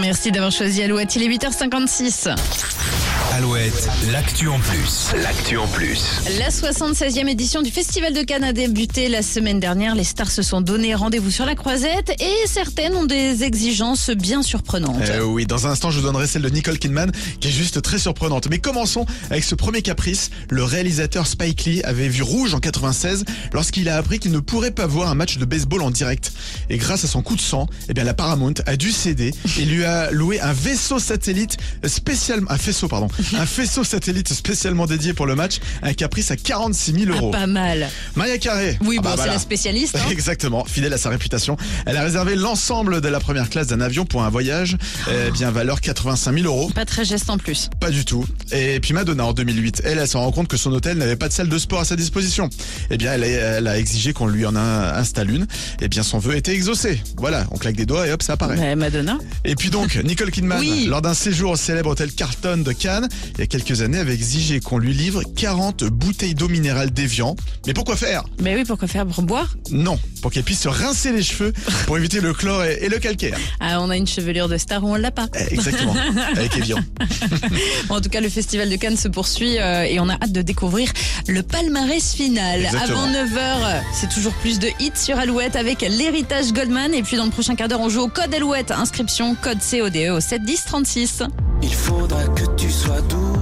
Merci d'avoir choisi Alouette. Il est 8h56. Alouette, l'actu en plus. L'actu en plus. La 76e édition du Festival de Cannes a débuté la semaine dernière. Les stars se sont donné rendez-vous sur la croisette et certaines ont des exigences bien surprenantes. Euh, oui, dans un instant, je vous donnerai celle de Nicole Kidman, qui est juste très surprenante. Mais commençons avec ce premier caprice. Le réalisateur Spike Lee avait vu rouge en 96 lorsqu'il a appris qu'il ne pourrait pas voir un match de baseball en direct. Et grâce à son coup de sang, eh bien, la Paramount a dû céder et lui a loué un vaisseau satellite spécialement, un faisceau, pardon, un faisceau satellite spécialement dédié pour le match, un caprice à 46 000 Ah, euros. pas mal. Maria Carré. Oui, bon, Ah bah, c'est voilà. la spécialiste. hein. Exactement, fidèle à sa réputation, elle a réservé l'ensemble de la première classe d'un avion pour un voyage, Ah. eh bien valeur 85 000 euros, Pas très geste en plus. pas du tout. Et puis Madonna en 2008, elle, elle s'en rend compte que son hôtel n'avait pas de salle de sport à sa disposition. Eh bien, elle a, elle a exigé qu'on lui en a- installe une. Eh bien, son vœu était exaucé. Voilà, on claque des doigts et hop, ça apparaît. Ouais, Madonna. Et puis donc, Nicole Kidman, Oui. lors d'un séjour au célèbre hôtel Carlton de Cannes, il y a quelques années, avait exigé qu'on lui livre 40 bouteilles d'eau minérale d'Evian. Mais pourquoi faire Mais oui, pourquoi faire pour boire Non, pour qu'elle puisse se rincer les cheveux pour éviter le chlore et, et le calcaire. Ah, on a une chevelure de star ou on l'a pas. Eh, Exactement, avec Evian. En tout cas, le Festival de Cannes se poursuit euh, et on a hâte de découvrir le palmarès final. Exactement. Avant 9h, c'est toujours plus de hits sur Alouette avec l'héritage Goldman. Et puis dans le prochain quart d'heure, on joue E au code Alouette. Inscription code CODE au 7 10 36. Il faudra que tu sois doux